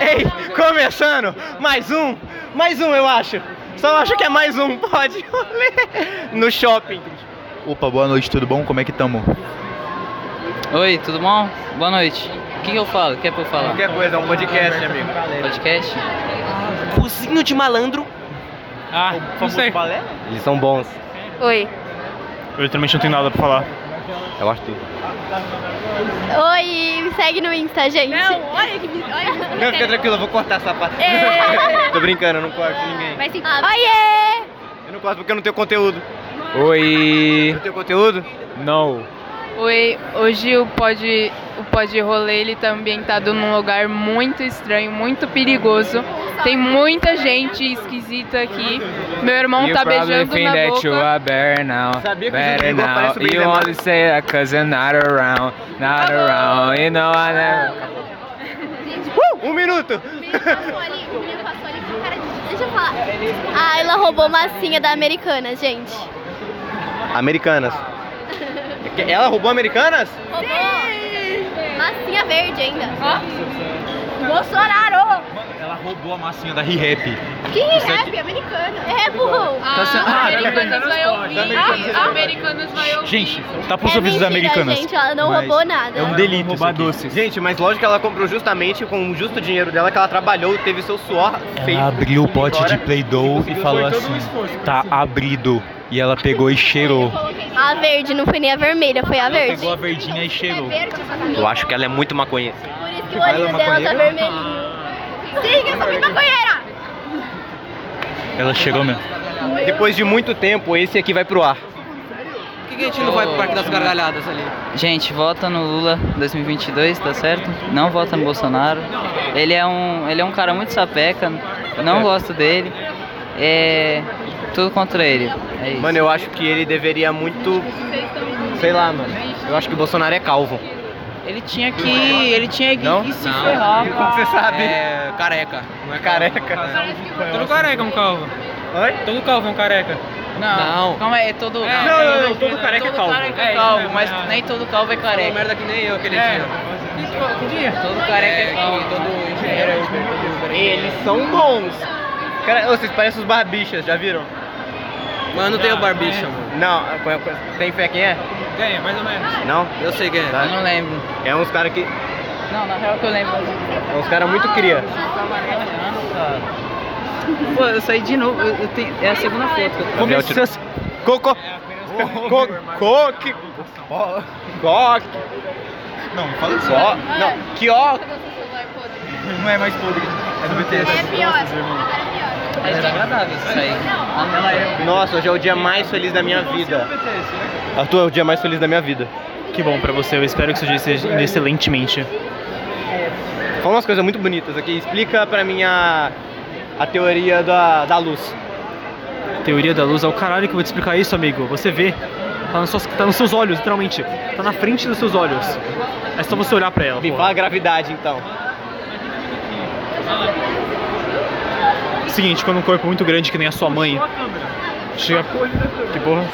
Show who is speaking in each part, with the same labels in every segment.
Speaker 1: Ei, começando mais um, mais um eu acho. Só acho que é mais um, pode ler. No shopping.
Speaker 2: Opa, boa noite, tudo bom? Como é que tamo?
Speaker 3: Oi, tudo bom? Boa noite. O que, que eu falo? O que é pra eu falar?
Speaker 2: Qualquer coisa, é um podcast, amigo.
Speaker 3: Podcast?
Speaker 1: Cozinho de malandro.
Speaker 4: Ah, não sei.
Speaker 5: Eles são bons.
Speaker 6: Oi.
Speaker 4: Eu literalmente não tenho nada pra falar.
Speaker 5: Eu acho tudo.
Speaker 6: Oi, me segue no Insta, gente.
Speaker 7: olha que bizarro.
Speaker 2: Não, fica tranquilo, eu vou cortar essa parte.
Speaker 6: É.
Speaker 2: Tô brincando, eu não corto ninguém.
Speaker 7: Vai sim.
Speaker 6: Ah, Oiê!
Speaker 2: Eu não corto porque eu não tenho conteúdo.
Speaker 5: Oi.
Speaker 2: Eu tenho conteúdo?
Speaker 5: Não.
Speaker 8: Oi, hoje o Pode, o Pode Rolê ele tá ambientado num lugar muito estranho, muito perigoso. Tem muita gente esquisita aqui. Meu irmão
Speaker 5: you
Speaker 8: tá
Speaker 5: probably
Speaker 8: beijando
Speaker 5: think
Speaker 8: na
Speaker 5: that you
Speaker 8: boca.
Speaker 5: are better now.
Speaker 2: Sabia que o
Speaker 5: better
Speaker 2: Gil Vigor
Speaker 5: now.
Speaker 2: parece o
Speaker 5: You
Speaker 2: Benzema.
Speaker 5: only say that cause I'm not around. Not around. You know
Speaker 9: ah,
Speaker 5: I
Speaker 9: né.
Speaker 5: never.
Speaker 2: Uh, um minuto.
Speaker 7: O menino passou ali, o menino passou ali com cara de.
Speaker 6: Deixa eu falar. A Ayla roubou massinha da Americana, gente.
Speaker 2: Americanas. É Ela roubou Americanas?
Speaker 6: Roubou? Massinha verde ainda.
Speaker 7: Bolsonaro!
Speaker 2: Ela roubou a massinha da Rap.
Speaker 7: Que rap americano.
Speaker 6: É, burro.
Speaker 8: Ah, Americanos vai
Speaker 2: pode.
Speaker 8: ouvir.
Speaker 2: Americanos
Speaker 8: Ah, Americanos vai ouvir.
Speaker 4: Gente, tá
Speaker 6: é
Speaker 4: pros ouvidos
Speaker 6: mentira,
Speaker 4: da Americanas.
Speaker 6: gente. Ela não roubou nada.
Speaker 4: É um delito roubar doces.
Speaker 2: Gente, mas lógico que ela comprou justamente com o justo dinheiro dela que ela trabalhou, teve seu suor feito.
Speaker 9: Ela abriu o pote de Play-Doh e
Speaker 2: conseguiu,
Speaker 9: falou
Speaker 2: foi todo
Speaker 9: assim: tá abrido. E ela pegou e cheirou.
Speaker 6: A verde, não foi nem a vermelha, foi a verde.
Speaker 9: a verdinha e
Speaker 7: é
Speaker 9: cheirou.
Speaker 2: Eu acho que ela é muito maconha.
Speaker 6: Por isso que o olhinho dela tá vermelhinho.
Speaker 7: Siga, eu sou muito maconheira!
Speaker 9: Ela cheirou mesmo.
Speaker 2: Depois de muito tempo, esse aqui vai pro ar.
Speaker 3: Por que, a gente não vai pro Parque das Gargalhadas ali? Gente, vota no Lula 2022, tá certo? Não vota no Bolsonaro. Ele é um, ele é um cara muito sapeca, não gosto dele. É. Tudo contra ele. É isso.
Speaker 2: Mano, eu acho que ele deveria muito. Sei lá, mano. Eu acho que o Bolsonaro é calvo.
Speaker 3: Ele tinha que. Ele tinha que,
Speaker 2: Não?
Speaker 3: que se ferrar.
Speaker 2: Como você sabe?
Speaker 3: É,
Speaker 2: careca. Não é careca?
Speaker 4: Todo careca é um calvo.
Speaker 2: Oi?
Speaker 4: Todo calvo é um careca.
Speaker 3: Não,
Speaker 2: Não.
Speaker 3: calma aí, é todo.
Speaker 4: É, não, não, não, todo careca é calvo. É,
Speaker 3: calvo,
Speaker 4: isso mesmo,
Speaker 3: mas
Speaker 4: é.
Speaker 3: nem todo calvo é careca. merda que nem eu aquele Todo careca é calvo, todo engenheiro é
Speaker 2: Eles são bons. Cara, ô, vocês parecem os barbichas, já viram?
Speaker 3: Mano,
Speaker 4: tem o barbicha, mano.
Speaker 2: Não, qual é a coisa? tem fé quem é?
Speaker 4: Ganha, mais ou menos.
Speaker 2: Não?
Speaker 3: Eu sei quem é. Eu não lembro.
Speaker 2: É uns caras que.
Speaker 3: Não, na real que eu lembro.
Speaker 2: É uns caras muito cria.
Speaker 3: Pô, eu saí de novo. eu- eu tenho- é a segunda foto que eu tô.
Speaker 2: Gabriel, tira- Coco. Coco. Coque. Coque.
Speaker 9: Não, fala isso.
Speaker 2: Ó. Não. Que ó.
Speaker 9: Não é mais podre. É do
Speaker 7: É
Speaker 9: BTS.
Speaker 7: pior.
Speaker 3: É desagradável isso aí. Ah, não, é.
Speaker 2: Nossa, hoje é o dia mais feliz da minha vida. Arthur, é o dia mais feliz da minha vida.
Speaker 4: Que bom pra você, eu espero que seu dia seja indo excelentemente.
Speaker 2: Fala umas coisas muito bonitas aqui. Explica pra mim a, a teoria da, da luz.
Speaker 4: Teoria da luz, é o caralho que eu vou te explicar isso, amigo. Você vê. Tá nos seus, tá nos seus olhos, literalmente. Tá na frente dos seus olhos. É só você olhar pra ela.
Speaker 2: Me
Speaker 4: porra.
Speaker 2: fala a gravidade então.
Speaker 4: Seguinte, quando um corpo muito grande que nem a sua mãe. Chega. Que porra?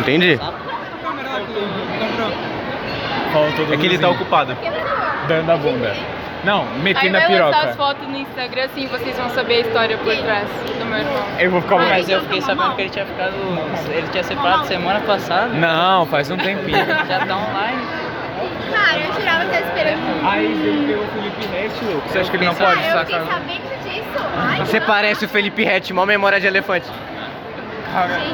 Speaker 2: Entendi.
Speaker 9: É que
Speaker 4: assim,
Speaker 9: ele tá ocupado. Dando a bunda. Não,
Speaker 8: Aí
Speaker 9: metendo
Speaker 8: vai lançar
Speaker 9: a
Speaker 8: as
Speaker 9: piroca.
Speaker 8: fotos no Instagram, assim vocês vão saber a história por trás do meu irmão.
Speaker 9: Eu vou ficar mais.
Speaker 3: Mas eu fiquei sabendo que ele tinha ficado. Ele tinha separado semana passada. né?
Speaker 9: Não, faz um tempinho.
Speaker 3: Já tá online.
Speaker 7: Cara, eu tirava que tá esperando.
Speaker 9: Aí deu o Felipe Neto, louco. Você acha que ele não
Speaker 7: Cara,
Speaker 9: pode
Speaker 7: eu fiquei
Speaker 9: sacar?
Speaker 7: sabendo disso. Ai,
Speaker 2: Você parece o Felipe Rett, mó memória de elefante.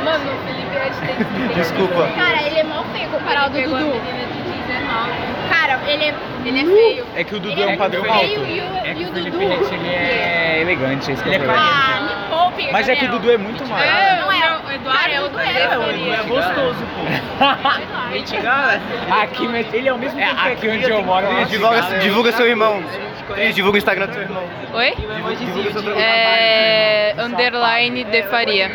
Speaker 8: Mano, o Felipe é acho que tem que ser
Speaker 2: Desculpa.
Speaker 7: Cara, ele é mó feio comparado ao
Speaker 8: pegou a
Speaker 7: Dudu.
Speaker 8: menina de 19.
Speaker 7: Cara, ele é.
Speaker 8: Ele é feio.
Speaker 9: É que o Dudu
Speaker 7: Ele
Speaker 9: é
Speaker 7: é
Speaker 9: um padrão
Speaker 7: feio
Speaker 9: alto.
Speaker 7: e o- e o Dudu.
Speaker 9: é elegante, esse
Speaker 2: Ele é
Speaker 9: problema.
Speaker 7: Ah, me poupe,
Speaker 9: Mas é que o
Speaker 7: Gabriel.
Speaker 9: Dudu é muito magro.
Speaker 8: É,
Speaker 7: Não é.
Speaker 8: o Eduardo.
Speaker 7: Cara, eu
Speaker 8: também
Speaker 7: doeu.
Speaker 3: é
Speaker 8: feio.
Speaker 3: gostoso,
Speaker 9: Aqui, mas ele é o mesmo é, aqui onde eu moro.
Speaker 2: Cris, divulga, divulga seu irmão. Cris, divulga o Instagram do seu irmão.
Speaker 8: Oi?
Speaker 2: Divulga seu trabalho.
Speaker 8: É. Underline de Faria.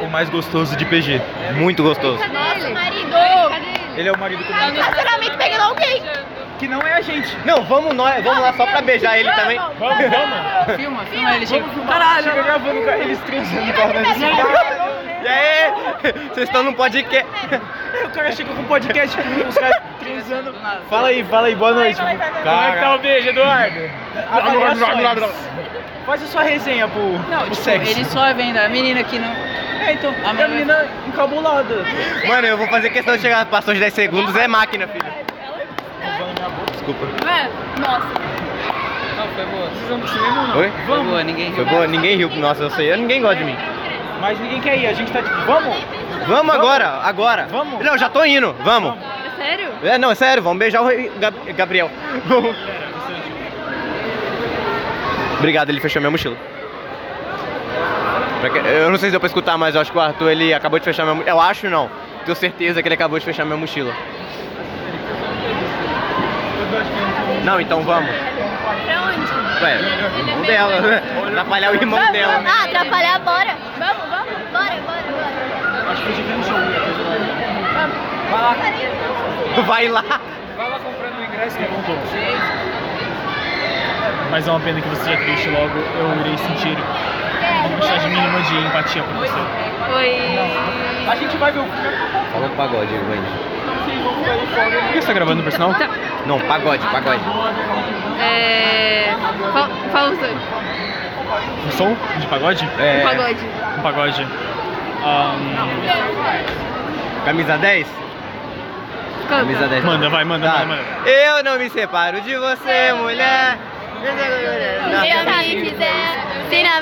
Speaker 9: O mais gostoso de PG.
Speaker 2: Muito gostoso.
Speaker 7: Nosso marido.
Speaker 9: Ele é o marido
Speaker 7: Tá no estacionamento pegando alguém.
Speaker 9: que não é a gente.
Speaker 2: Não, vamos nós, vamos
Speaker 9: Tá
Speaker 2: lá só pra beijar ele também.
Speaker 9: Vamos, vamos.
Speaker 3: Filma, filma ele, chega.
Speaker 9: Caralho. Chega gravando com eles três no carro
Speaker 2: E aí? Vocês estão num podcast.
Speaker 9: O cara chega com o um podcast, os caras
Speaker 3: Usando... Do nada.
Speaker 9: Fala aí, fala aí, boa noite.
Speaker 7: vai, vai, vai.
Speaker 9: Como é que tá o beijo, Eduardo? Avaliações. Faz a sua resenha pro,
Speaker 3: Não,
Speaker 9: pro
Speaker 3: tipo,
Speaker 9: sexo.
Speaker 3: ele só é vendo a menina que não. É, então, a
Speaker 9: E a menina encabulada.
Speaker 2: Mano, eu vou fazer questão de chegar, passou os 10 segundos, é máquina, filho. Desculpa.
Speaker 7: Nossa.
Speaker 3: Não, foi boa.
Speaker 2: Oi?
Speaker 3: Foi boa, ninguém
Speaker 2: Foi boa? Ninguém riu. Nossa, eu sei. Ninguém gosta de mim.
Speaker 9: Mas ninguém quer ir, a gente tá tipo, vamos?
Speaker 2: Vamos agora, agora.
Speaker 9: Vamos?
Speaker 2: Não, já tô indo. Vamos.
Speaker 7: Sério?
Speaker 2: É, não, é sério. Vamos beijar o Rei- Gab- Gabriel. Vamos. Obrigado, ele fechou minha mochila. Pra que- Eu não sei se deu pra escutar, mas eu acho que o Arthur, ele acabou de fechar minha mochila. Eu acho não. Tenho certeza que ele acabou de fechar minha mochila. Não, então vamos.
Speaker 7: Pra onde?
Speaker 2: Ué,
Speaker 7: é
Speaker 2: irmão dela, né? Atrapalhar o irmão dela. né?
Speaker 6: Ah, atrapalhar, bora.
Speaker 7: Vamos, vamos.
Speaker 6: Bora, bora, bora.
Speaker 9: um né?
Speaker 7: então.
Speaker 2: Vai lá.
Speaker 9: Mas é uma pena que você já triste logo, eu irei sentir uma quantidade mínima de empatia por você.
Speaker 8: Oi.
Speaker 9: A gente vai ver o tá filme.
Speaker 2: Falou um pagode, Wendy.
Speaker 9: Por que você tá gravando o personal?
Speaker 2: Não, pagode, pagode.
Speaker 8: É. Fala, fala os dois.
Speaker 9: Um som de pagode?
Speaker 2: É,
Speaker 8: Pagode.
Speaker 9: Um pagode. Ahn,
Speaker 2: camisa 10? Camisa
Speaker 8: Canta.
Speaker 2: 10.
Speaker 9: manda, vai, manda,
Speaker 2: Tá.
Speaker 9: vai, manda.
Speaker 2: Eu não me separo de você, mulher.
Speaker 6: Se eu me quiser, se na...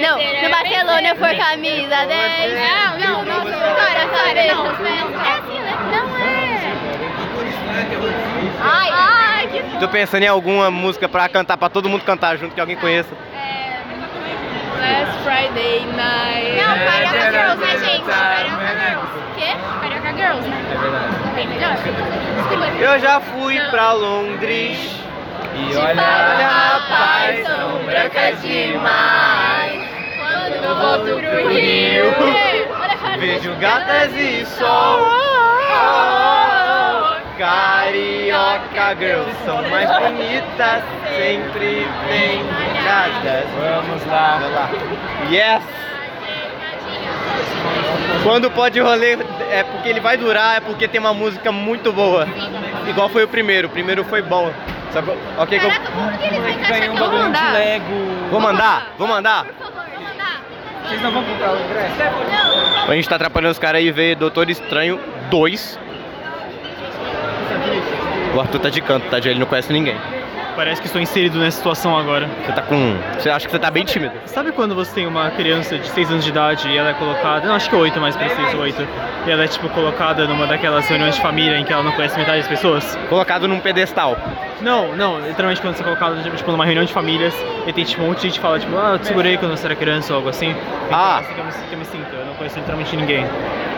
Speaker 6: Não, no Barcelona eu for camisa 10.
Speaker 7: é Não, não, não. Para, para, não. né? É assim, né? Não é. Ai, ai, que
Speaker 2: Tô pensando em alguma música pra cantar, pra todo mundo cantar junto, que alguém conheça.
Speaker 8: Last Friday night.
Speaker 7: É.
Speaker 8: É,
Speaker 7: Não, Carioca Girls, né, gente? Carioca Girls. Quê? Carioca Girls, né? É verdade. Bem melhor. Desculpa.
Speaker 2: Eu já fui pra Londres.
Speaker 5: E olha,
Speaker 2: Olha, rapaz,
Speaker 7: são brancas é demais. Quando eu volto pro Rio, olha a cara
Speaker 2: vejo
Speaker 7: dela.
Speaker 2: gatas e sol. Oh, oh, oh. Carioca girls são mais bonitas, sempre bem gatas.
Speaker 5: vamos lá.
Speaker 2: Olha lá. Yes! Quando pode rolê é porque ele vai durar, é porque tem uma música muito boa. Igual foi o primeiro, o primeiro foi bom. Só que, ok, que eu-
Speaker 7: Caraca, como que eles vão encaixar
Speaker 8: é,
Speaker 5: Ganhou um
Speaker 7: aquela
Speaker 5: bagulho né? de
Speaker 7: onda?
Speaker 5: Lego.
Speaker 2: vou mandar, vou mandar.
Speaker 7: Por favor, vou mandar.
Speaker 5: Vocês não vão comprar o ingresso?
Speaker 2: A gente tá atrapalhando os caras aí ver Doutor Estranho 2. O Arthur tá de canto, tá? Ele não conhece ninguém.
Speaker 9: Parece que estou inserido nessa situação agora.
Speaker 2: Você tá com. Você acha que você tá bem tímido?
Speaker 9: Sabe quando você tem uma criança de 6 anos de idade e ela é colocada, não, acho que 8 mais preciso, 8, e ela é tipo colocada numa daquelas reuniões de família em que ela não conhece metade das pessoas?
Speaker 2: Colocado num pedestal.
Speaker 9: Não, não, literalmente quando você é colocado tipo, numa reunião de famílias e tem tipo um monte de gente que fala tipo, ah, eu te segurei quando você era criança ou algo assim. Então,
Speaker 2: Ah.
Speaker 9: é assim que eu, me, que eu me sinto, eu não conheço literalmente ninguém.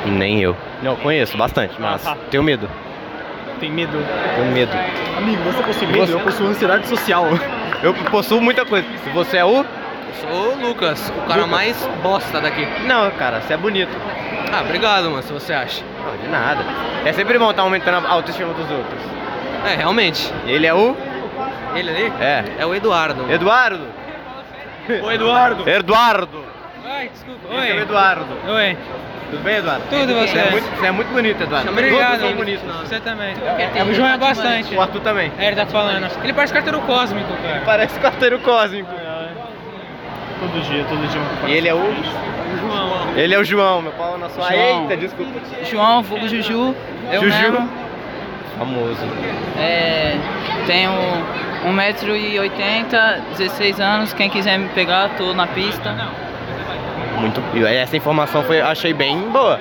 Speaker 2: Nem eu. Não, conheço bastante, mas
Speaker 9: Ah, tá.
Speaker 2: tenho medo.
Speaker 9: Tem medo?
Speaker 2: Tenho medo.
Speaker 9: Amigo, você possui medo?
Speaker 2: Você-
Speaker 9: Eu possuo ansiedade social.
Speaker 2: Eu possuo muita coisa. Você é o.
Speaker 1: Sou o Lucas, o cara mais bosta daqui.
Speaker 2: Não, cara, você é bonito.
Speaker 1: Ah, obrigado, mano, se você acha.
Speaker 2: Não, de nada. É sempre bom estar aumentando a autoestima dos outros.
Speaker 1: É, realmente.
Speaker 2: Ele é o.
Speaker 1: Ele ali
Speaker 2: É.
Speaker 1: é o Eduardo.
Speaker 2: Eduardo!
Speaker 9: Ô Eduardo!
Speaker 2: Eduardo!
Speaker 1: Ai, desculpa.
Speaker 2: Esse é o Eduardo.
Speaker 1: Oi.
Speaker 2: Tudo bem, Eduardo?
Speaker 1: Tudo, e
Speaker 2: Você é
Speaker 1: vocês?
Speaker 2: muito, você é muito bonito, Eduardo. Todos são bonitos.
Speaker 9: né?
Speaker 1: Você também. O João é bastante.
Speaker 2: O Arthur também.
Speaker 1: É, ele tá falando. Ele parece carteiro cósmico, cara.
Speaker 2: Parece quarteiro cósmico.
Speaker 9: Todo dia, todo dia. um uma
Speaker 2: E ele é o.
Speaker 9: João.
Speaker 2: Ele é o João, meu pau na sua.
Speaker 3: João.
Speaker 2: Eita, desculpa.
Speaker 3: João, Fogo Juju. Eu
Speaker 2: Juju.
Speaker 3: mesmo.
Speaker 2: Famoso.
Speaker 3: É, tenho 1,80m, 16 anos. Quem quiser me pegar, tô na pista.
Speaker 2: Muito. e Essa informação foi, achei bem boa.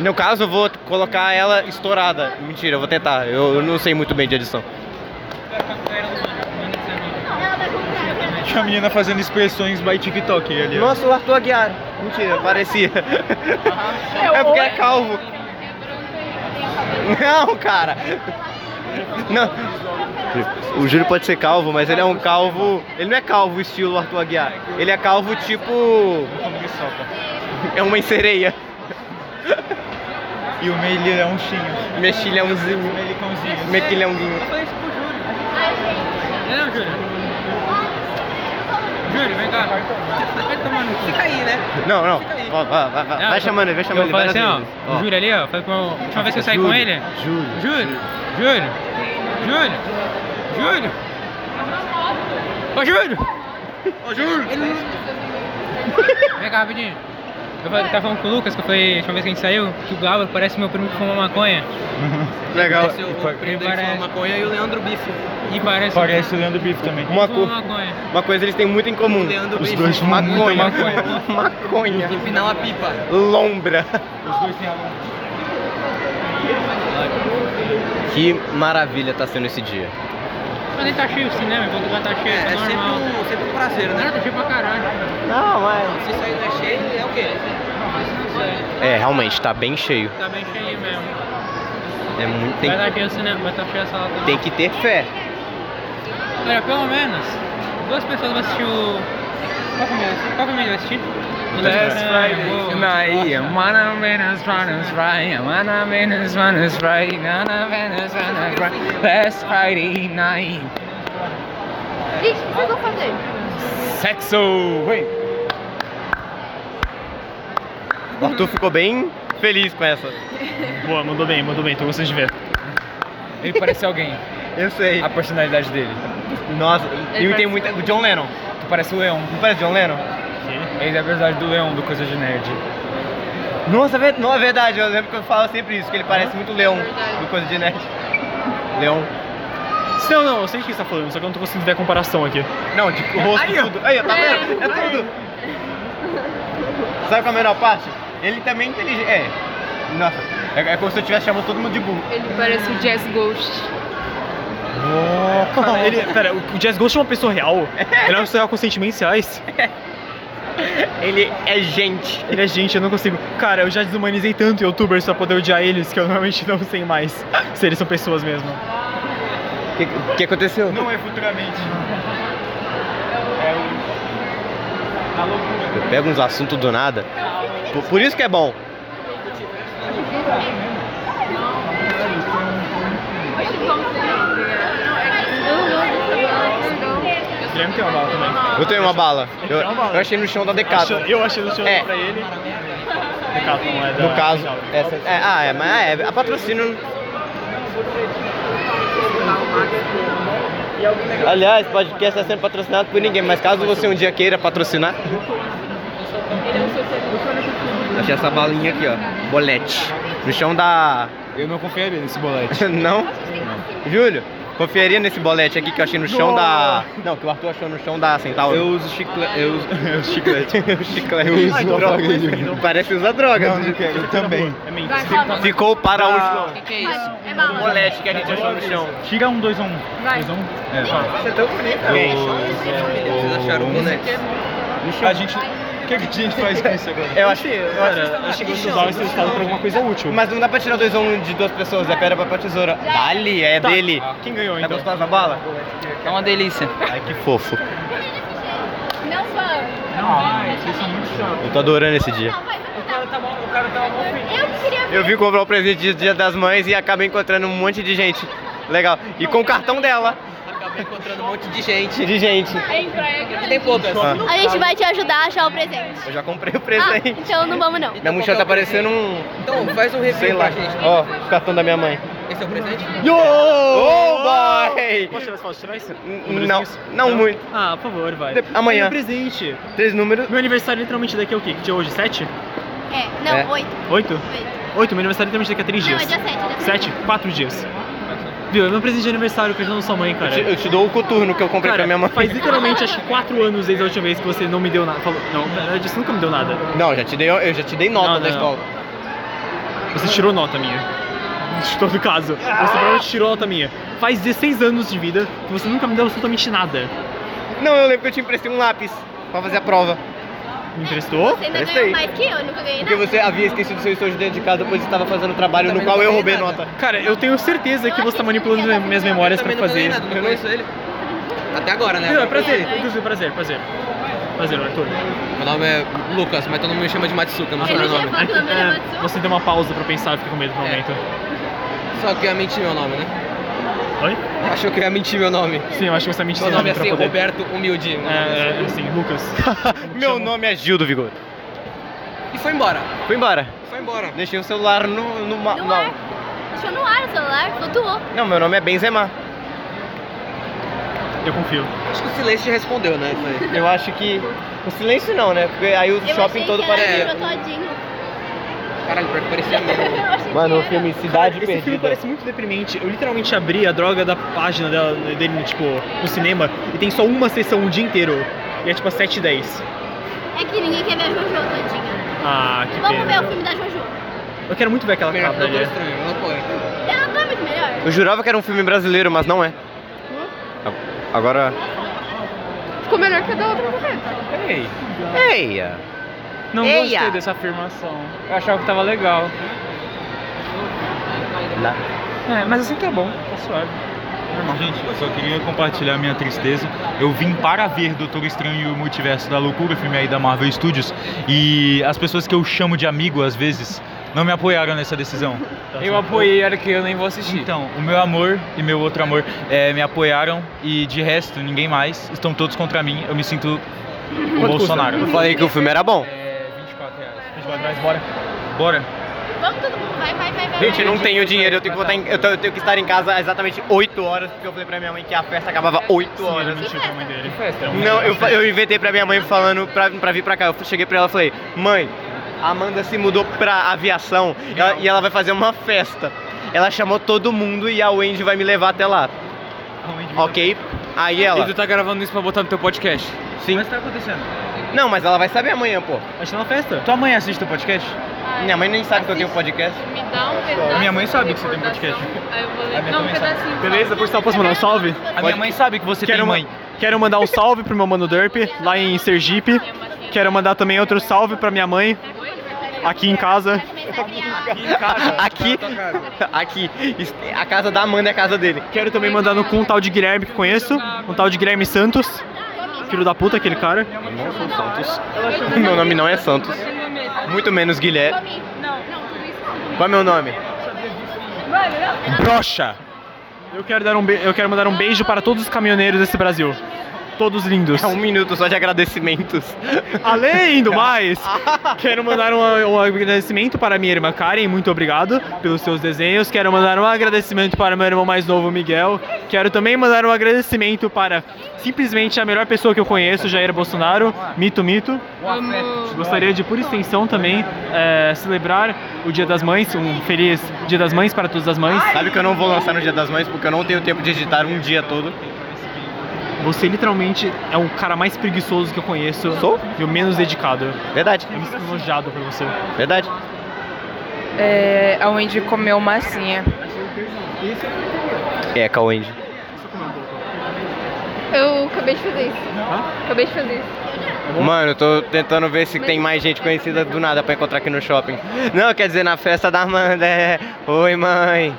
Speaker 2: No caso, eu vou colocar ela estourada. Mentira, eu vou tentar. Eu, eu não sei muito bem de edição.
Speaker 9: A menina fazendo expressões by TikTok ali. ó.
Speaker 2: Nossa, o Arthur Aguiar. Mentira, parecia. é porque é calvo. Não, cara. Não. O Júlio pode ser calvo, mas ele é um calvo. Ele não é calvo estilo Arthur Aguiar. Ele é calvo tipo.
Speaker 9: Como que soca?
Speaker 2: É uma sereia.
Speaker 9: E o melhãozinho.
Speaker 2: Mexilhãozinho.
Speaker 9: Melicãozinho.
Speaker 2: Mequilhãozinho.
Speaker 10: É, Júlio, vem cá. Vai tomar no cu. Fica aí, né?
Speaker 2: Não, não. Ó, vai, vai, vai. vai chamando ele, vai chamando
Speaker 10: eu
Speaker 2: ele.
Speaker 10: falo
Speaker 2: várias
Speaker 10: assim, ó,
Speaker 2: vezes.
Speaker 10: o Júlio ali, ó. Falei com a última vez que eu saí com
Speaker 2: Júlio,
Speaker 10: ele. Júlio. Júlio. Júlio. Júlio. Júlio. Ô, Júlio. Ô, Júlio. Vem cá, rapidinho. Eu falei, tava falando com o Lucas, que foi a última vez que a gente saiu, que o Glauber parece meu primo que fuma maconha.
Speaker 1: é
Speaker 9: é
Speaker 2: Legal.
Speaker 10: Parece o primo dele que fuma maconha e o Leandro Bife. E parece...
Speaker 9: Parece o Leandro Bife também.
Speaker 2: um Uma, co-
Speaker 10: Fuma maconha.
Speaker 2: uma coisa eles têm muito em comum.
Speaker 10: Leandro
Speaker 2: Os
Speaker 10: Bife.
Speaker 2: dois fumam
Speaker 10: Muita
Speaker 2: maconha.
Speaker 10: maconha.
Speaker 2: maconha.
Speaker 10: Empinar uma pipa.
Speaker 2: Lombra. Que maravilha tá sendo esse dia.
Speaker 10: Mas nem tá cheio o cinema, enquanto lugar tá cheio, é, tá normal. Sempre um, sempre um prazer, né? Tá cheio pra caralho.
Speaker 2: Não, mas.
Speaker 10: Se sair da cheio, é o quê?
Speaker 2: É, realmente, tá bem cheio.
Speaker 10: Tá bem cheio mesmo.
Speaker 2: É muito. Tem,
Speaker 10: Vai tá cheio o cinema, vai tá cheio a sala também.
Speaker 2: tem que ter fé.
Speaker 10: Olha, pelo menos, duas pessoas vão assistir o... Qual que é o meu? Qual que é o meu que vai assistir? O
Speaker 5: Last
Speaker 10: Last Boa.
Speaker 5: Friday night, I'm on a Venus, Venus, right. I'm on a Venus, Venus, right. I'm on a Venus, Venus, right. Last Friday night.
Speaker 7: Ixi, o que eu vou fazer?
Speaker 5: Sexo! Wait.
Speaker 2: O Arthur ficou bem feliz com essa.
Speaker 9: Boa, mandou bem, mandou bem, tô gostando de ver.
Speaker 5: Ele parece alguém.
Speaker 2: Eu sei.
Speaker 5: A personalidade dele.
Speaker 2: Nossa, e tem
Speaker 8: parece-
Speaker 2: muita. O John Lennon.
Speaker 5: Tu parece o Leão.
Speaker 2: Não parece John Lennon?
Speaker 5: Ele é a personalidade do Leão, do Coisa de Nerd.
Speaker 2: Nossa, ve- não é verdade. Eu lembro que eu falo sempre isso, que ele parece muito leão. Do coisa de nerd. Leão.
Speaker 9: Não, não, eu sei o que você tá falando, só que eu não tô conseguindo ver a comparação aqui.
Speaker 2: Não, de o rosto,
Speaker 5: Aí, ó.
Speaker 2: tudo. Aí, ó, tá vendo? É tudo. Sabe qual é a melhor parte? Ele também é inteligente. É. Nossa, é, é como se eu estivesse chamando todo mundo de burro.
Speaker 8: Ele parece o Jazz Ghost.
Speaker 9: Ele, pera, o Jazz Ghost é uma pessoa real? Ele é uma pessoa real com sentimentos reais?
Speaker 2: Ele é gente.
Speaker 9: Ele é gente, eu não consigo. Cara, eu já desumanizei tanto youtubers pra poder odiar eles que eu normalmente não sei mais se eles são pessoas mesmo.
Speaker 2: O que, que aconteceu?
Speaker 9: Não é futuramente.
Speaker 2: Eu pego uns assuntos do nada. Por, por isso que é bom.
Speaker 9: Guilherme tem uma bala também.
Speaker 2: Eu tenho uma bala. Eu,
Speaker 9: Tem uma bala.
Speaker 2: eu achei no chão da Decathlon.
Speaker 9: Achou- Eu achei no chão
Speaker 2: É.
Speaker 9: pra ele. Decathlon é da.
Speaker 2: No caso,
Speaker 9: Decathlon.
Speaker 2: essa. é, ah, é, mas é, a patrocínio. Aliás, podcast está sendo patrocinado por ninguém, mas caso você um dia queira patrocinar. Achei essa balinha aqui, ó. Bolete. No chão da.
Speaker 5: Eu não confiaria nesse bolete.
Speaker 2: Não? Júlio, conferia nesse bolete aqui que eu achei no chão da. Não, que o Arthur achou no chão da Centauro.
Speaker 5: uso chiclete. Eu uso.
Speaker 2: chiclete. o chiclete. Eu
Speaker 5: uso droga, Júlio.
Speaker 2: Parece usar droga.
Speaker 5: Eu também. Tá.
Speaker 9: É mente.
Speaker 7: Vai, calma.
Speaker 2: Ficou para o
Speaker 8: O que, que é isso?
Speaker 7: É bala.
Speaker 2: bolete que a gente achou no chão.
Speaker 9: Tira um, dois, um.
Speaker 8: Vai.
Speaker 9: Dois, um.
Speaker 5: É.
Speaker 2: Você é tão bonito.
Speaker 5: Vocês acharam
Speaker 2: um
Speaker 5: o bolete?
Speaker 9: A gente. O que, que a gente faz com isso agora?
Speaker 2: Eu acho, eu acho
Speaker 9: Cara, acho que eu vou usar esse resultado pra alguma coisa útil.
Speaker 2: Mas não dá pra tirar dois ou um de duas pessoas, é pedra, papel, tesoura. Dali, é dele.
Speaker 9: Quem ganhou
Speaker 2: Tá
Speaker 9: então?
Speaker 2: gostosa a bala?
Speaker 3: É uma delícia.
Speaker 2: Ai, que fofo.
Speaker 7: Não vamos.
Speaker 2: Eu tô adorando esse dia.
Speaker 7: Não, vai, vai.
Speaker 5: tá
Speaker 7: Eu queria ver.
Speaker 2: Eu vim comprar o presente de Dia das Mães e acabei encontrando um monte de gente. Legal. E com o cartão dela.
Speaker 10: Acabei encontrando um monte de gente.
Speaker 2: De gente.
Speaker 10: Tem poucas.
Speaker 2: Ah,
Speaker 6: A gente vai te ajudar a achar o presente.
Speaker 2: eu já comprei o
Speaker 6: Ah,
Speaker 2: presente.
Speaker 6: então não vamos não.
Speaker 2: Minha mochila tá parecendo um.
Speaker 10: Então, faz um review
Speaker 2: Sei lá.
Speaker 10: pra gente.
Speaker 2: Ó, o cartão da minha mãe.
Speaker 10: Esse é o presente?
Speaker 2: Yo! Oh, boy!
Speaker 9: Posso tirar essa foto? Tirar isso?
Speaker 2: N-
Speaker 9: Números
Speaker 2: Não,
Speaker 9: Um disso?
Speaker 2: não muito.
Speaker 9: Ah, por favor, vai.
Speaker 2: De- amanhã.
Speaker 9: Tem um presente.
Speaker 2: Três números.
Speaker 9: Meu aniversário literalmente daqui é o quê? Que dia é hoje? Sete?
Speaker 6: É,
Speaker 2: É.
Speaker 6: não, oito.
Speaker 9: Oito?
Speaker 6: oito.
Speaker 9: Oito, meu aniversário literalmente daqui a três
Speaker 6: Não,
Speaker 9: dias.
Speaker 6: é dia sete. dia
Speaker 9: Sete? Quatro dias. Viu? É meu presente de aniversário que eu já não sou mãe, cara.
Speaker 2: Eu te, eu te dou o coturno que eu comprei
Speaker 9: Cara,
Speaker 2: pra minha mãe.
Speaker 9: faz literalmente acho que quatro anos desde a última vez que você não me deu nada. Falou, não, na verdade, você nunca me deu nada.
Speaker 2: Não, já te dei, eu já te dei nota
Speaker 9: Não,
Speaker 2: da
Speaker 9: não,
Speaker 2: escola.
Speaker 9: Você tirou nota minha. De todo caso. Você provavelmente tirou nota minha. Faz 16 anos de vida que você nunca me deu absolutamente nada.
Speaker 2: Não, eu lembro que eu te emprestei um lápis pra fazer a prova.
Speaker 9: Me emprestou?
Speaker 6: Você ainda
Speaker 2: Presta
Speaker 6: ganhou
Speaker 2: aí.
Speaker 6: mais que eu, eu nunca ganhei
Speaker 2: Porque
Speaker 6: nada.
Speaker 2: você havia esquecido seu estojo dentro de casa, depois estava fazendo trabalho no qual eu roubei nota.
Speaker 9: Cara, eu tenho certeza que você tá manipulando minha- minhas memórias pra
Speaker 10: Também não ganhei
Speaker 9: fazer.
Speaker 10: nada, não conheço ele. Até agora, né?
Speaker 9: Não, é prazer, inclusive prazer, prazer. Prazer, Arthur.
Speaker 10: Meu nome é Lucas, mas todo mundo me chama de Matsuka, meu
Speaker 6: Ele
Speaker 10: sobrenome.
Speaker 6: chama- Arthur,
Speaker 9: É,
Speaker 6: Matsu.
Speaker 9: você deu uma pausa pra pensar, eu fiquei com medo no
Speaker 10: É.
Speaker 9: momento.
Speaker 10: Só que eu ia mentir meu nome, né?
Speaker 9: Oi?
Speaker 2: Achou
Speaker 1: é
Speaker 2: que eu ia mentir meu nome.
Speaker 9: Sim, eu acho que você mentiu
Speaker 2: Meu
Speaker 9: seu
Speaker 2: nome é
Speaker 9: nome
Speaker 2: assim,
Speaker 9: É pra poder.
Speaker 2: Roberto Humilde.
Speaker 9: É, é, assim, Lucas.
Speaker 2: Meu nome é Gildo Vigoto.
Speaker 1: E foi embora.
Speaker 2: Foi embora.
Speaker 1: Foi embora.
Speaker 2: Deixei o celular no, no, ma-
Speaker 7: No
Speaker 2: mal.
Speaker 7: ar. é. Deixou no ar o celular, flutuou.
Speaker 2: Não, meu nome é Benzema.
Speaker 9: Eu confio.
Speaker 1: Acho que o silêncio te respondeu, né?
Speaker 2: Eu acho que. O silêncio não, né? Porque aí o
Speaker 7: Eu
Speaker 2: shopping
Speaker 7: achei
Speaker 2: todo
Speaker 7: que ela
Speaker 2: parecia.
Speaker 7: tirou todinho.
Speaker 1: Caralho, pior que parecia mesmo.
Speaker 7: Eu achei
Speaker 2: Mano, o
Speaker 7: que
Speaker 2: filme Cidade
Speaker 9: Esse filme
Speaker 2: Perdida.
Speaker 9: parece muito deprimente. Eu literalmente abri a droga da página dela- dele, no, tipo, no cinema, e tem só uma sessão o dia inteiro. E é tipo às 7 h 10
Speaker 7: era. É que ninguém quer ver a Jojo, tadinha.
Speaker 9: Ah, que
Speaker 7: Vamos ver o
Speaker 9: pena.
Speaker 7: filme da Jojo.
Speaker 9: Eu quero muito ver aquela
Speaker 1: Melhor
Speaker 9: capa
Speaker 1: que Doutor
Speaker 9: dele.
Speaker 1: Estranho, eu não apoio.
Speaker 7: Ela não é muito melhor.
Speaker 2: Eu jurava que era um filme brasileiro, mas não é. A- Agora.
Speaker 8: Ficou melhor que a da outra correta.
Speaker 10: Ei,
Speaker 2: Eia!
Speaker 10: não
Speaker 2: Eia.
Speaker 10: gostei dessa afirmação. Eu achava que tava legal.
Speaker 2: Lá.
Speaker 10: É, mas assim que é bom, tá suave.
Speaker 11: Gente, eu só queria compartilhar minha tristeza. Eu vim para ver Doutor Estranho e o Multiverso da Loucura, filme aí da Marvel Studios, e as pessoas que eu chamo de amigo às vezes não me apoiaram nessa decisão.
Speaker 10: Eu apoiei, era que eu nem vou assistir.
Speaker 11: Então, o meu amor e meu outro amor eh, me apoiaram e de resto ninguém mais. Estão todos contra mim. Eu me sinto o Bolsonaro.
Speaker 10: Uhum.
Speaker 2: Eu falei que o filme era bom.
Speaker 11: É, 24 reais. 24 reais, bora. Bora.
Speaker 7: Vamos todo mundo, vai, vai, vai, vai.
Speaker 2: Gente,
Speaker 7: vai.
Speaker 2: eu não tenho dinheiro, eu tenho que, voltar em- eu tenho- eu tenho que estar em casa exatamente 8 horas, porque eu falei pra minha mãe que a festa acabava 8 horas.
Speaker 9: Mentiu pra mãe dele.
Speaker 2: Não, eu, fa- eu inventei pra minha mãe falando pra, pra vir pra cá. Eu cheguei pra ela e falei, mãe, a Amanda se mudou pra aviação e ela, e ela vai fazer uma festa. Ela chamou todo mundo e a Wendy vai me levar até lá. Ok? Aí
Speaker 10: E
Speaker 2: ela.
Speaker 10: tu tá gravando isso pra botar no teu podcast?
Speaker 2: Sim.
Speaker 11: Mas tá acontecendo.
Speaker 2: Não, mas ela vai saber amanhã, pô.
Speaker 9: Mas tá na festa.
Speaker 11: Tua mãe assiste o podcast?
Speaker 2: Minha mãe nem sabe que eu tenho podcast.
Speaker 8: Me dá um pedaço.
Speaker 11: Minha mãe
Speaker 8: de
Speaker 11: sabe que você tem
Speaker 8: recordação. Aí eu vou
Speaker 11: A
Speaker 8: ler.
Speaker 11: minha
Speaker 8: Não, um
Speaker 11: também sabe.
Speaker 8: pedacinho.
Speaker 9: Beleza? Depois tá posso mandar um salve?
Speaker 11: A minha mãe sabe que você
Speaker 9: Quero,
Speaker 11: tem
Speaker 9: ma-
Speaker 11: mãe.
Speaker 9: quero mandar um salve pro meu mano Derp, lá em Sergipe. Quero mandar também outro salve pra minha mãe, aqui em casa.
Speaker 2: Aqui, aqui, Isso- a casa da Amanda é a casa dele.
Speaker 9: Quero também mandar no cu um tal de Guilherme que conheço, um tal de Guilherme Santos,
Speaker 2: Tá.
Speaker 9: filho da puta aquele cara.
Speaker 2: Não sou Santos.
Speaker 8: um
Speaker 2: Meu nome não é Santos. Muito menos Guilherme. Qual é meu nome?
Speaker 11: Brocha.
Speaker 9: Eu quero, dar um be- eu quero mandar um beijo para todos os caminhoneiros desse Brasil. Todos lindos.
Speaker 2: É um minuto só de agradecimentos.
Speaker 9: Além do mais, quero mandar um, um agradecimento para minha irmã Karen, muito obrigado pelos seus desenhos. Quero mandar um agradecimento para meu irmão mais novo, Miguel. Quero também mandar um agradecimento para simplesmente a melhor pessoa que eu conheço, Jair Bolsonaro, Mito Mito. Gostaria de, por extensão também, eh, celebrar o Dia das Mães, um feliz Dia das Mães para todas as mães.
Speaker 2: Sabe que eu não vou lançar no Dia das Mães porque eu não tenho tempo de editar um dia todo.
Speaker 9: Você literalmente é o cara mais preguiçoso que eu conheço
Speaker 2: Sou?
Speaker 9: e o menos dedicado.
Speaker 2: Verdade,
Speaker 9: Eu me sinto nojado por você.
Speaker 2: verdade.
Speaker 8: É, a Wendy comeu massinha.
Speaker 2: É, Cauende.
Speaker 7: Eu acabei de fazer isso. Acabei de fazer isso.
Speaker 2: Mano, eu tô tentando ver se tem mais gente conhecida do nada pra encontrar aqui no shopping. Não, quer dizer, na festa da Amanda. é. Oi, mãe.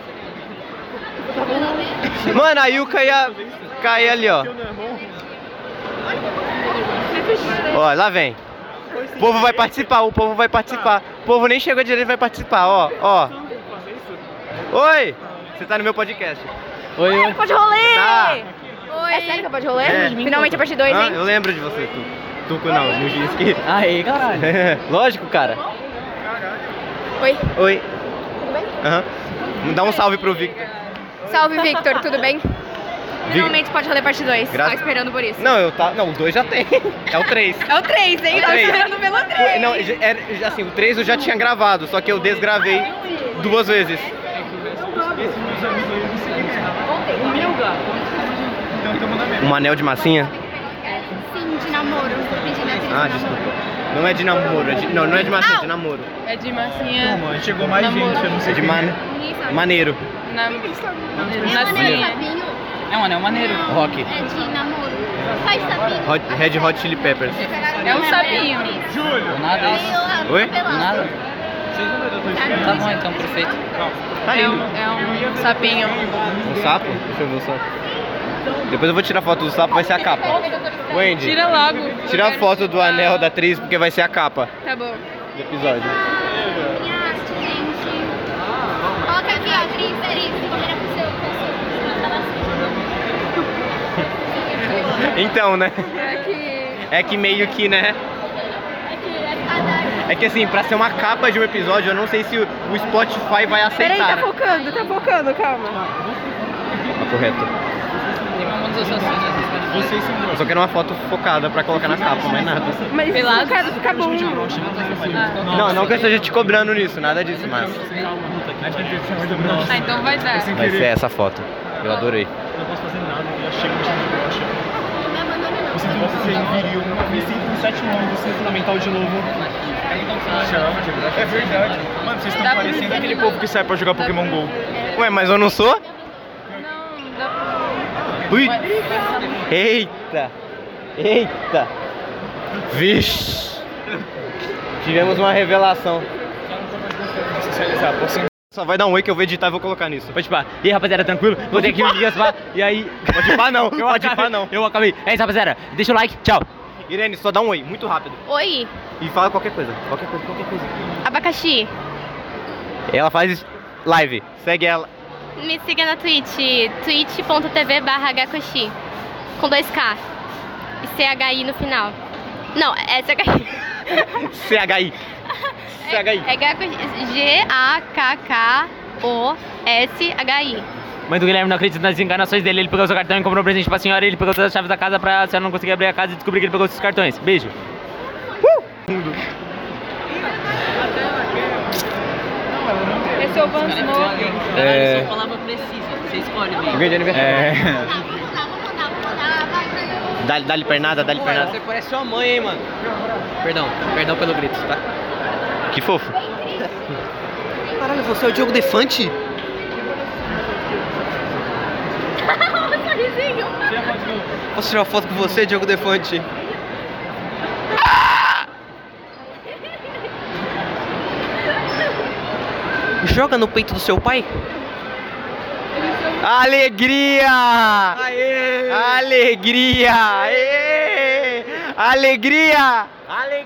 Speaker 2: Mano, a Yuka ia cair ali, ó. Ó, lá vem. O povo vai participar, o povo vai participar. O povo nem chegou direito e vai participar, ó, ó. Oi! Você tá no meu podcast.
Speaker 10: Oi, oi.
Speaker 7: Pode rolê!
Speaker 2: Tá.
Speaker 7: É sério que eu pode rolê?
Speaker 2: É.
Speaker 7: Finalmente a parte 2,
Speaker 2: Ah,
Speaker 7: hein?
Speaker 2: eu lembro de você, tu. Tuco não, no diz que.
Speaker 10: Aí, caralho.
Speaker 2: Lógico, cara.
Speaker 7: Oi.
Speaker 2: Oi. Aham. Dá um salve pro Victor.
Speaker 7: Salve, Victor, tudo bem? Finalmente pode rolê parte 2.
Speaker 2: Graças-
Speaker 7: Tava esperando por isso.
Speaker 2: Não, eu tá. Não, o 2 já tem. É o 3.
Speaker 7: É o 3, hein?
Speaker 2: É o
Speaker 7: Tava
Speaker 2: três.
Speaker 7: esperando pelo 3.
Speaker 2: Não, já- era, assim, o 3 eu já tinha gravado, só que eu desgravei duas vezes. Um anel de massinha?
Speaker 7: Sim, de namoro. Pedi minha
Speaker 2: Ah, desculpa. Não é de namoro, é de- não, não é de massinha, é de namoro.
Speaker 8: É de massinha.
Speaker 11: Chegou mais
Speaker 8: Namoro.
Speaker 11: gente, eu não
Speaker 2: É
Speaker 11: sei
Speaker 2: de
Speaker 11: quem
Speaker 2: man...
Speaker 7: Ninguém sabe. É
Speaker 2: maneiro.
Speaker 8: Na...
Speaker 3: Massinha.
Speaker 7: Sabinho
Speaker 3: É um anel maneiro.
Speaker 2: Rock.
Speaker 7: é de namoro. Faz sabinho.
Speaker 2: Hot, Red Hot Chili Peppers.
Speaker 8: É
Speaker 7: né?
Speaker 8: um sabinho.
Speaker 3: Nada é isso.
Speaker 2: Oi?
Speaker 3: Nada. Tá bom então, perfeito.
Speaker 2: Tá
Speaker 8: É
Speaker 2: lindo.
Speaker 8: um, é um sapinho.
Speaker 2: Um sapo? Deixa eu ver o sapo. Depois eu vou tirar foto do sapo, vai ser a capa. Wendy,
Speaker 8: Tira logo.
Speaker 2: tira a foto do anel da atriz porque vai ser a capa
Speaker 8: Tá bom.
Speaker 2: do episódio.
Speaker 7: Coloca aqui, ó. Cris, Cris. Era pro seu, pro seu.
Speaker 2: Então, né?
Speaker 7: É que.
Speaker 2: É que meio que, né?
Speaker 7: É que a Dark.
Speaker 2: É que assim, pra ser uma capa de um episódio, eu não sei se o o Spotify
Speaker 12: Peraí,
Speaker 2: vai aceitar.
Speaker 12: tá
Speaker 2: né?
Speaker 12: focando, tá focando, calma.
Speaker 2: Tá correto. Eu só quero uma foto focada pra colocar na capa, mais nada.
Speaker 12: Mas Pelado. cara fica bom.
Speaker 2: Não, não que eu esteja te cobrando nisso, nada disso, mas.
Speaker 8: Tá,
Speaker 12: Ah, então vai dar.
Speaker 2: Vai ser essa foto. Eu adorei.
Speaker 9: Eu não posso fazer nada, eu já chego de brocha. Você tem que ser viril. Me sinto no sétimo ano do ensino fundamental de novo.
Speaker 11: É verdade. Mano, vocês estão parecendo aquele povo que sai pra jogar Pokémon GO.
Speaker 2: Ué, mas eu não sou? Ui. Eita! Eita! Vixe! Tivemos uma revelação. Só vai dar um oi que eu vou editar e vou colocar nisso. Pode pá. E aí, rapaziada, tranquilo? Vou ter que me desgaspar. E aí. Pode pá, não. Pode pá, não. Eu acabei. É isso, rapaziada. Deixa o like. Tchau. Irene, só dá um oi, muito rápido.
Speaker 7: Oi,
Speaker 2: E fala qualquer coisa. Qualquer coisa, qualquer coisa.
Speaker 7: abacaxi.
Speaker 2: Ela faz live. Segue ela.
Speaker 7: Me siga na Twitch, twitch.tv barra hkoshi, com 2k e CHI no final. Não, é CHI.
Speaker 2: CHI. CHI.
Speaker 7: É G-A-K-K-O-S-H-I.
Speaker 13: Mãe do Guilherme não acredita nas enganações dele. Ele pegou seu cartão e comprou um presente pra senhora. Ele pegou todas as chaves da casa pra se ela não conseguir abrir a casa e descobrir que ele pegou seus cartões. Beijo.
Speaker 12: Esse é o Van Smoking.
Speaker 11: É.
Speaker 12: só palavra precisa, você escolhe bem.
Speaker 2: Ganhei de aniversário.
Speaker 11: É.
Speaker 2: Dá-lhe dá pernada, dá-lhe pernada.
Speaker 3: parece sua mãe, hein, mano. Perdão, perdão pelo grito, tá?
Speaker 2: Que fofo.
Speaker 3: Caralho, você é o Diogo Defante? Posso tirar uma foto com você, Diogo Defante? Joga no peito do seu pai?
Speaker 2: Alegria! Alegria! Aê! Alegria!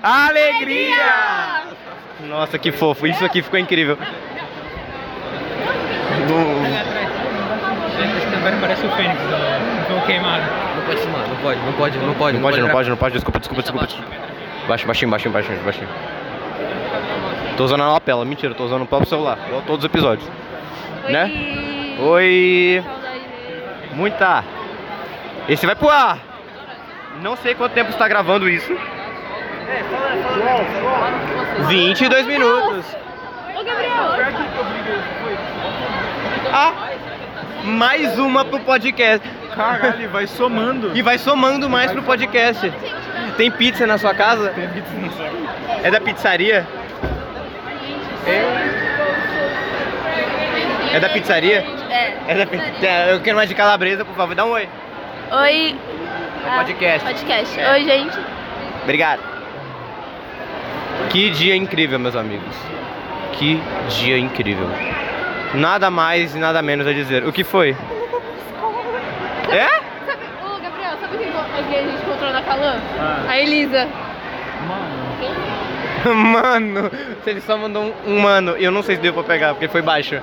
Speaker 2: Alegria! Nossa, que fofo. Isso aqui ficou incrível.
Speaker 10: Esse também parece o Fênix do Cão Queimado. Não pode filmar, não pode, não pode, não
Speaker 2: Não pode, não pode, não pode. Desculpa, desculpa, desculpa.
Speaker 10: né?
Speaker 2: Baixo, baixinho, baixinho, baixinho, baixinho. Tô usando a lapela. Mentira, tô usando o próprio celular. Igual todos os episódios. Né? Oi! Muita! Esse vai pro ar! Não sei quanto tempo está gravando isso. 22 minutos.
Speaker 7: Ô, Gabriel!
Speaker 2: Ah! Mais uma pro podcast. Caralho,
Speaker 11: e vai somando.
Speaker 2: E vai somando mais pro podcast. Tem pizza na sua casa? Tem pizza na sua casa. É da pizzaria? É. É da pizzaria?
Speaker 6: É.
Speaker 2: É da pizzaria. Eu quero mais de calabresa, por favor. Dá um oi.
Speaker 6: Oi.
Speaker 2: É um podcast.
Speaker 7: Ah,
Speaker 6: Podcast.
Speaker 2: É.
Speaker 6: Oi, gente.
Speaker 2: Obrigado. Que dia incrível, meus amigos. Que dia incrível. Nada mais e nada menos a dizer. O que foi? É?
Speaker 7: Sabe, ô, Gabriel, sabe quem a gente encontrou na Calan?
Speaker 2: Ah.
Speaker 7: A Elisa.
Speaker 2: Mano, ele só mandou um- um mano. Eu não sei se deu pra pegar, porque foi baixo.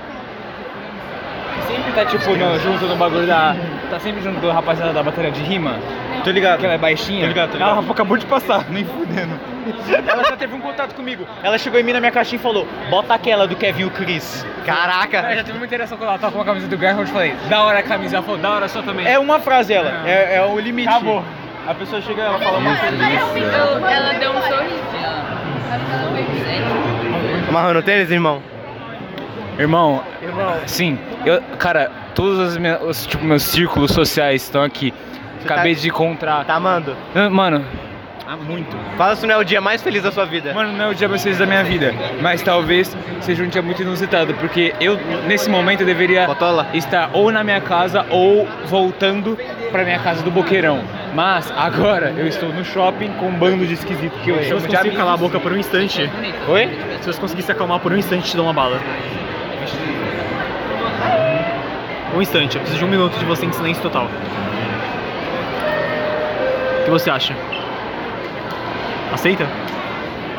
Speaker 10: Sempre tá tipo no, junto no bagulho da. Tá sempre junto do rapaziada da batalha de rima. Tô ligado. Que ela é baixinha. Tô ligado, tô ligado. Ela acabou de passar, nem fudendo. Ela já teve um contato comigo. Ela chegou em mim na minha caixinha e falou: bota aquela do Kevin e o Chris.
Speaker 2: Caraca!
Speaker 10: Ela já teve uma interação com ela, tava com uma camisa do Garfield e falei, da hora a camisa, ela falou, da hora só também. É uma frase ela, é, o limite. Acabou. A pessoa chega e ela fala uma
Speaker 12: Eu- Ela deu um sorriso. Ela foi
Speaker 2: Amarrando tênis, irmão?
Speaker 10: Irmão, sim. Eu, cara, todos os meus, os, tipo, meus círculos sociais estão aqui. Acabei de encontrar.
Speaker 2: Tá amando?
Speaker 10: Mano. Ah, muito.
Speaker 2: Fala se não é o dia mais feliz da sua vida.
Speaker 10: Mano, não é o dia mais feliz da minha vida. Mas talvez seja um dia muito inusitado, porque eu, nesse momento, eu deveria estar ou na minha casa ou voltando pra minha casa do Boqueirão. Mas agora eu estou no shopping com um bando de esquisito que eu
Speaker 9: Se
Speaker 10: chamo
Speaker 9: você
Speaker 10: de
Speaker 9: conseguir
Speaker 10: amigos.
Speaker 9: calar a boca por um instante.
Speaker 10: Oi?
Speaker 9: Se você conseguir se acalmar por um instante, te dou uma bala. Um instante, eu preciso de um minuto de você em silêncio total. O que você acha? Aceita?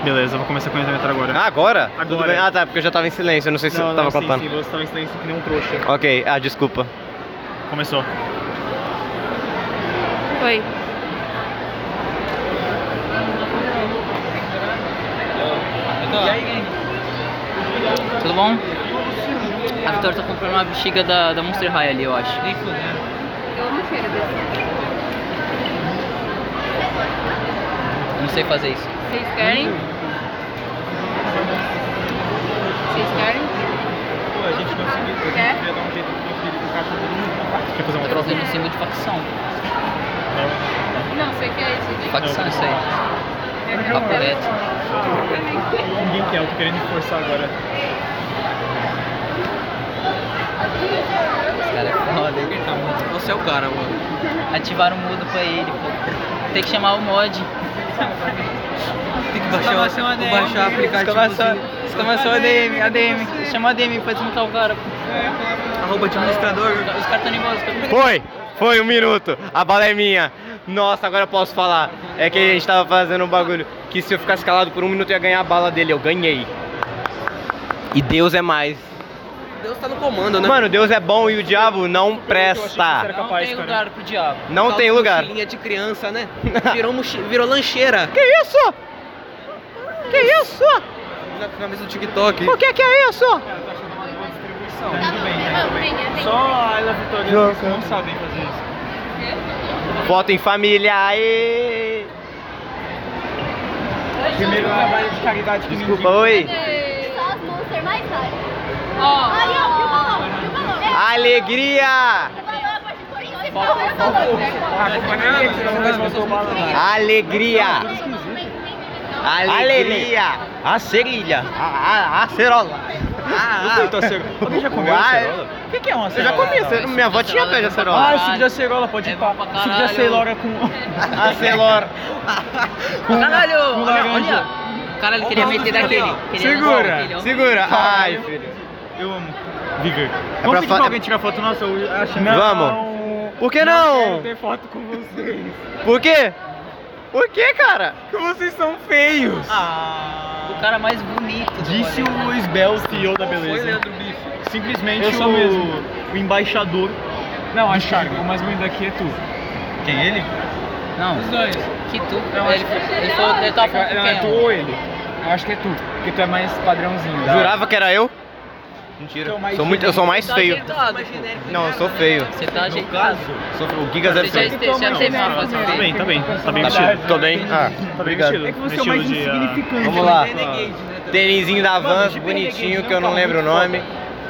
Speaker 9: Beleza, eu vou começar com a minha agora.
Speaker 2: Ah, agora?
Speaker 9: Agora.
Speaker 2: Tudo bem? Ah, tá, porque eu já tava em silêncio, eu não sei se
Speaker 9: não,
Speaker 2: eu
Speaker 9: não,
Speaker 2: tava
Speaker 9: sim,
Speaker 2: contando.
Speaker 9: Sim, você tava em silêncio que nem um trouxa.
Speaker 2: Ok, ah, desculpa.
Speaker 9: Começou.
Speaker 12: Oi.
Speaker 10: Tá.
Speaker 3: Tudo bom? A Vitória tá comprando uma bexiga da, da Monster High ali, eu acho. Nem
Speaker 14: Eu não cheiro desse.
Speaker 3: Eu não sei fazer isso.
Speaker 14: Vocês querem? Vocês querem?
Speaker 9: A gente conseguiu, a gente
Speaker 8: É?
Speaker 14: Quer?
Speaker 9: devia dar um jeito de conferir com o caixa todo mundo.
Speaker 3: Quer fazer uma troca? em cima de facção.
Speaker 14: Não, você quer esse aqui?
Speaker 3: Facção, isso aí. Papo reto.
Speaker 10: Ninguém quer, eu tô querendo forçar agora.
Speaker 3: Esse cara é foda, hein? Você é o cara, mano. Ativaram o mudo pra ele, pô. Tem que chamar o mod. Tem que
Speaker 15: baixar o- baixar o aplicativo
Speaker 3: Exclamação,
Speaker 15: do-
Speaker 3: exclamação ADM, ADM. Chama o ADM pra desmontar o cara, pô. Arroba de administrador. Os caras tão nervosos.
Speaker 2: Foi! Foi um minuto! A bala é minha! Nossa, agora eu posso falar. É que a gente tava fazendo um bagulho que se eu ficasse calado por um minuto eu ia ganhar a bala dele. Eu ganhei. E Deus é mais.
Speaker 1: Deus tá no comando, né?
Speaker 2: Mano, Deus é bom e o diabo não presta.
Speaker 1: capaz,
Speaker 3: tem lugar pro diabo.
Speaker 2: Não
Speaker 1: Tal
Speaker 2: tem
Speaker 1: de
Speaker 2: lugar.
Speaker 1: Mochilinha de criança, né? Virou, mochi... Virou lancheira.
Speaker 2: Que isso? Que isso?
Speaker 1: Na camisa do TikTok.
Speaker 2: O que que é isso?
Speaker 7: Tá
Speaker 10: Só a Ana Vitória e o Luiz não sabem fazer isso.
Speaker 2: Foto em família, aê!
Speaker 10: um
Speaker 9: Primeiro trabalho de caridade que
Speaker 2: Desculpa, oi!
Speaker 7: Só as monsters mais raras.
Speaker 14: Ó.
Speaker 7: Aí, ó, e o balão? E o balão?
Speaker 2: Alegria!
Speaker 7: O balão é a parte importante. Olha o balão.
Speaker 2: Alegria! Alegria! Acerilha! A, a, acerola!
Speaker 9: Ah, ah. Alguém já comeu
Speaker 2: Uai.
Speaker 9: acerola? O que, que é uma
Speaker 2: Eu já
Speaker 9: acerola?
Speaker 2: comi, acerola. minha avó tinha pé de acerola.
Speaker 9: Ah, o suco de acerola,
Speaker 3: É
Speaker 9: pode ir pra... Suco de
Speaker 2: caralho.
Speaker 9: acerola com...
Speaker 2: Acerola.
Speaker 3: Caralho!
Speaker 9: com
Speaker 3: Olha,
Speaker 9: laranja.
Speaker 3: olha. Caralho, ele queria meter daquele. Queria lançar aquele, ó.
Speaker 9: Segura, segura.
Speaker 2: Ai,
Speaker 9: filho. Eu amo. Viver.
Speaker 2: É
Speaker 9: Vamos
Speaker 2: pra
Speaker 9: pedir
Speaker 2: fa-
Speaker 9: pra alguém tirar foto nossa? Eu acho que-
Speaker 2: Vamos. Por que não?
Speaker 9: quero ter foto com vocês.
Speaker 2: Por quê? Por quê, cara?
Speaker 9: Porque vocês são feios.
Speaker 3: O cara mais bonito. do
Speaker 9: Disse
Speaker 3: rolê.
Speaker 9: o Luiz Bel, CEO da beleza. Simplesmente
Speaker 10: Eu sou
Speaker 9: o...
Speaker 10: mesmo.
Speaker 9: o embaixador.
Speaker 10: Não, acho que o mais bonito daqui é tu.
Speaker 9: Quem, ele?
Speaker 3: Não.
Speaker 10: Os dois.
Speaker 3: Que tu?
Speaker 10: Não,
Speaker 3: ele,
Speaker 10: acho que-
Speaker 3: ele, falou- ele tava falando com
Speaker 10: Não,
Speaker 3: quem?
Speaker 10: é tu ou ele? Eu acho que é tu, porque tu é mais padrãozinho. da hora.
Speaker 2: Jurava que era eu? Mentira. Sou muito, eu sou mais feio. Não, eu sou feio.
Speaker 3: Você tá ajeitado.
Speaker 2: Sou, o Gigas é
Speaker 3: Você já
Speaker 2: feio.
Speaker 3: este- já teve uma fase feia.
Speaker 10: bem, tá bem. Tá bem
Speaker 2: Tá
Speaker 10: vestido.
Speaker 2: Tô bem? Ah,
Speaker 10: Tá bem
Speaker 2: obrigado.
Speaker 10: vestido. É que você é o mais Vestido de, ah, insignificante,
Speaker 2: Vamos
Speaker 10: né?
Speaker 2: lá.
Speaker 10: Renegade, né?
Speaker 2: Tênisinho da Vans,
Speaker 10: Jeep
Speaker 2: bonitinho,
Speaker 10: Renegade
Speaker 2: que eu não
Speaker 10: não tá
Speaker 2: lembro o
Speaker 10: muito
Speaker 2: nome.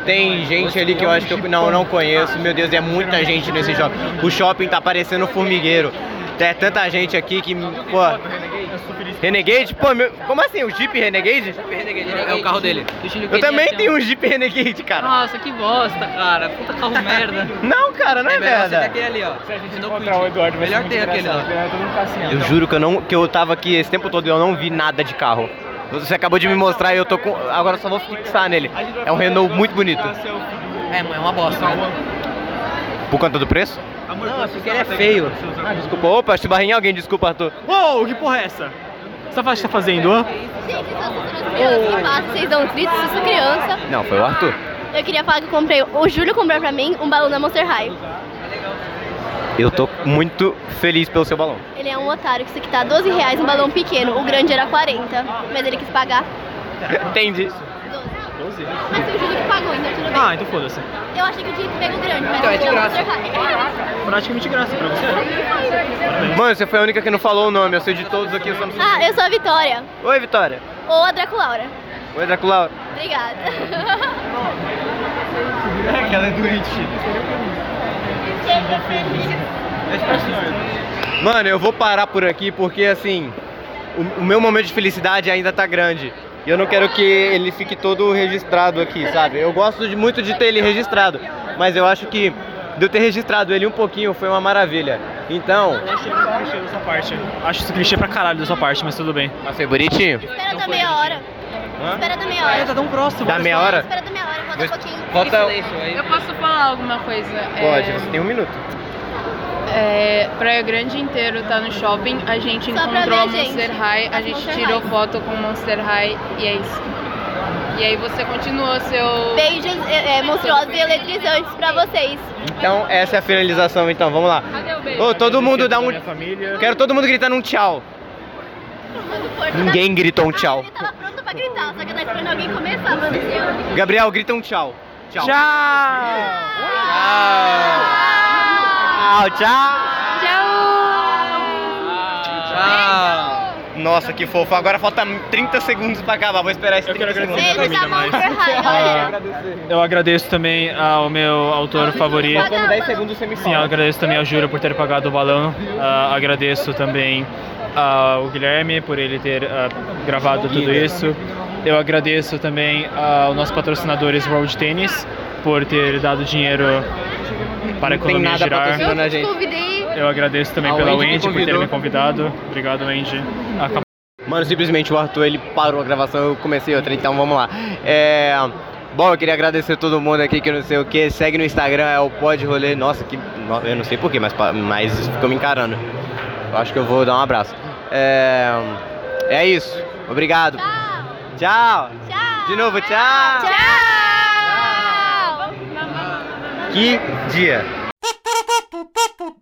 Speaker 2: Tem gente ali que eu acho que eu não, não conheço. Meu Deus, é muita gente nesse shopping. O shopping tá parecendo um formigueiro. É tanta gente aqui que, pô... Renegade? Pô, meu, como assim? O Jeep Renegade?
Speaker 3: É o carro dele.
Speaker 2: Eu também tenho um Jeep Renegade, cara.
Speaker 3: Nossa, que bosta, cara. Puta carro merda.
Speaker 2: Não, cara, não é, merda.
Speaker 3: ali, ó. Se a gente encontrar
Speaker 10: o Eduardo,
Speaker 3: melhor ter aquele lá.
Speaker 2: Eu juro que eu, não, que eu tava aqui esse tempo todo e eu não vi nada de carro. Você acabou de me mostrar e eu tô com. Agora eu só vou fixar nele. É um Renault muito bonito.
Speaker 3: É, mas é uma bosta. né?
Speaker 2: Por conta do preço?
Speaker 3: Não, é porque
Speaker 2: É feio. Ah, desculpa. Opa, se barrinha alguém, desculpa, Arthur.
Speaker 10: Uou, que porra é essa? Você tá fa- tá fazendo, hã?
Speaker 7: Gente, só se fosse criança, eu faço, vocês dão grito, se eu sou criança.
Speaker 2: Não, foi o Arthur.
Speaker 7: Eu queria falar que eu comprei, o Júlio comprou pra mim um balão da Monster High.
Speaker 2: Eu tô muito feliz pelo seu balão.
Speaker 7: Ele é um otário que isso aqui tá 12 reais, um balão pequeno. O grande era 40, mas ele quis pagar.
Speaker 2: Entendi.
Speaker 7: Mas foi o Júlio que pagou, então tudo bem.
Speaker 10: Ah, então foda-se.
Speaker 7: Eu achei que o Jeep pegou grande, mas
Speaker 10: Então, é de
Speaker 7: o
Speaker 10: graça.
Speaker 7: Monster High.
Speaker 10: Praticamente graça pra você.
Speaker 2: Mano, você foi a única que não falou o nome. Eu sei de todos aqui, eu só não sei.
Speaker 7: Ah, eu sou a Vitória,
Speaker 2: Oi, Vitória.
Speaker 7: ou a Draculaura.
Speaker 2: Oi, Draculaura.
Speaker 7: Obrigada.
Speaker 9: É que ela é doente.
Speaker 2: Mano, eu vou parar por aqui porque assim, o, o meu momento de felicidade ainda tá grande. E eu não quero que ele fique todo registrado aqui, sabe? Eu gosto de- muito de ter ele registrado, mas eu acho que de eu ter registrado ele um pouquinho foi uma maravilha. Então,
Speaker 10: parte. Acho isso clichê pra caralho da sua parte, mas tudo bem.
Speaker 2: Mas foi bonitinho?
Speaker 7: Espera da meia hora. Espera da meia hora.
Speaker 10: tá tão próximo.
Speaker 2: Da meia hora?
Speaker 7: Espera da meia hora, falta um pouquinho.
Speaker 2: Volta.
Speaker 8: Eu posso falar alguma coisa?
Speaker 2: Pode,
Speaker 8: É,
Speaker 2: você tem um minuto.
Speaker 8: É, Praia Grande inteiro tá no shopping. A gente
Speaker 7: Só pra
Speaker 8: encontrou a
Speaker 7: ver a
Speaker 8: Monster
Speaker 7: gente.
Speaker 8: High, a
Speaker 7: As
Speaker 8: gente
Speaker 7: Monster
Speaker 8: tirou
Speaker 7: Highs.
Speaker 8: foto com Monster High e é isso. E aí você continua seu.
Speaker 7: Beijos é, é, monstruosos e eletrizantes pra vocês.
Speaker 2: Então, essa é a finalização então, vamos lá. Ô, todo mundo dá um Quero todo mundo gritando um tchau. Ninguém gritou um tchau.
Speaker 7: Ah, Tava pronto pra gritar, só que eu tava esperando alguém começar, mano. e eu-
Speaker 2: Gabriel, grita um tchau. Tchau. Tchau, tchau. Tchau. Nossa, que fofo. Agora falta 30 segundos pra acabar. Vou esperar esse 30 segundos.
Speaker 7: Beijo da mão pra
Speaker 9: Ah,
Speaker 7: galera.
Speaker 9: eu agradeço também ao meu autor favorito.
Speaker 2: Faltando 10 segundos você me
Speaker 9: Sim, eu agradeço também ao Júlio por ter pagado o balão. Ah, agradeço também ao Guilherme por ele ter ah, gravado tudo isso. Eu agradeço também aos nossos patrocinadores World Tennis por ter dado dinheiro para a
Speaker 2: Não tem
Speaker 9: economia
Speaker 2: nada
Speaker 9: girar.
Speaker 2: patrocinando a gente.
Speaker 9: Eu agradeço também
Speaker 2: Ao
Speaker 9: pela
Speaker 2: Andy que
Speaker 9: Wendy por ter
Speaker 2: convidou.
Speaker 9: me convidado. Obrigado, Wendy. Acabou.
Speaker 2: Mano, simplesmente o Arthur ele parou a gravação, eu comecei outra, então vamos lá. É, Bom, eu queria agradecer todo mundo aqui que não sei o que. Segue no Instagram, é o Pod Rolê. Nossa, que. no- Eu não sei porquê, mas, pa- mas ficou me encarando. Eu acho que eu vou dar um abraço. É, é isso. Obrigado. Tchau. Tchau. De novo, tchau.
Speaker 7: Tchau!
Speaker 2: Que dia.
Speaker 7: Tchau!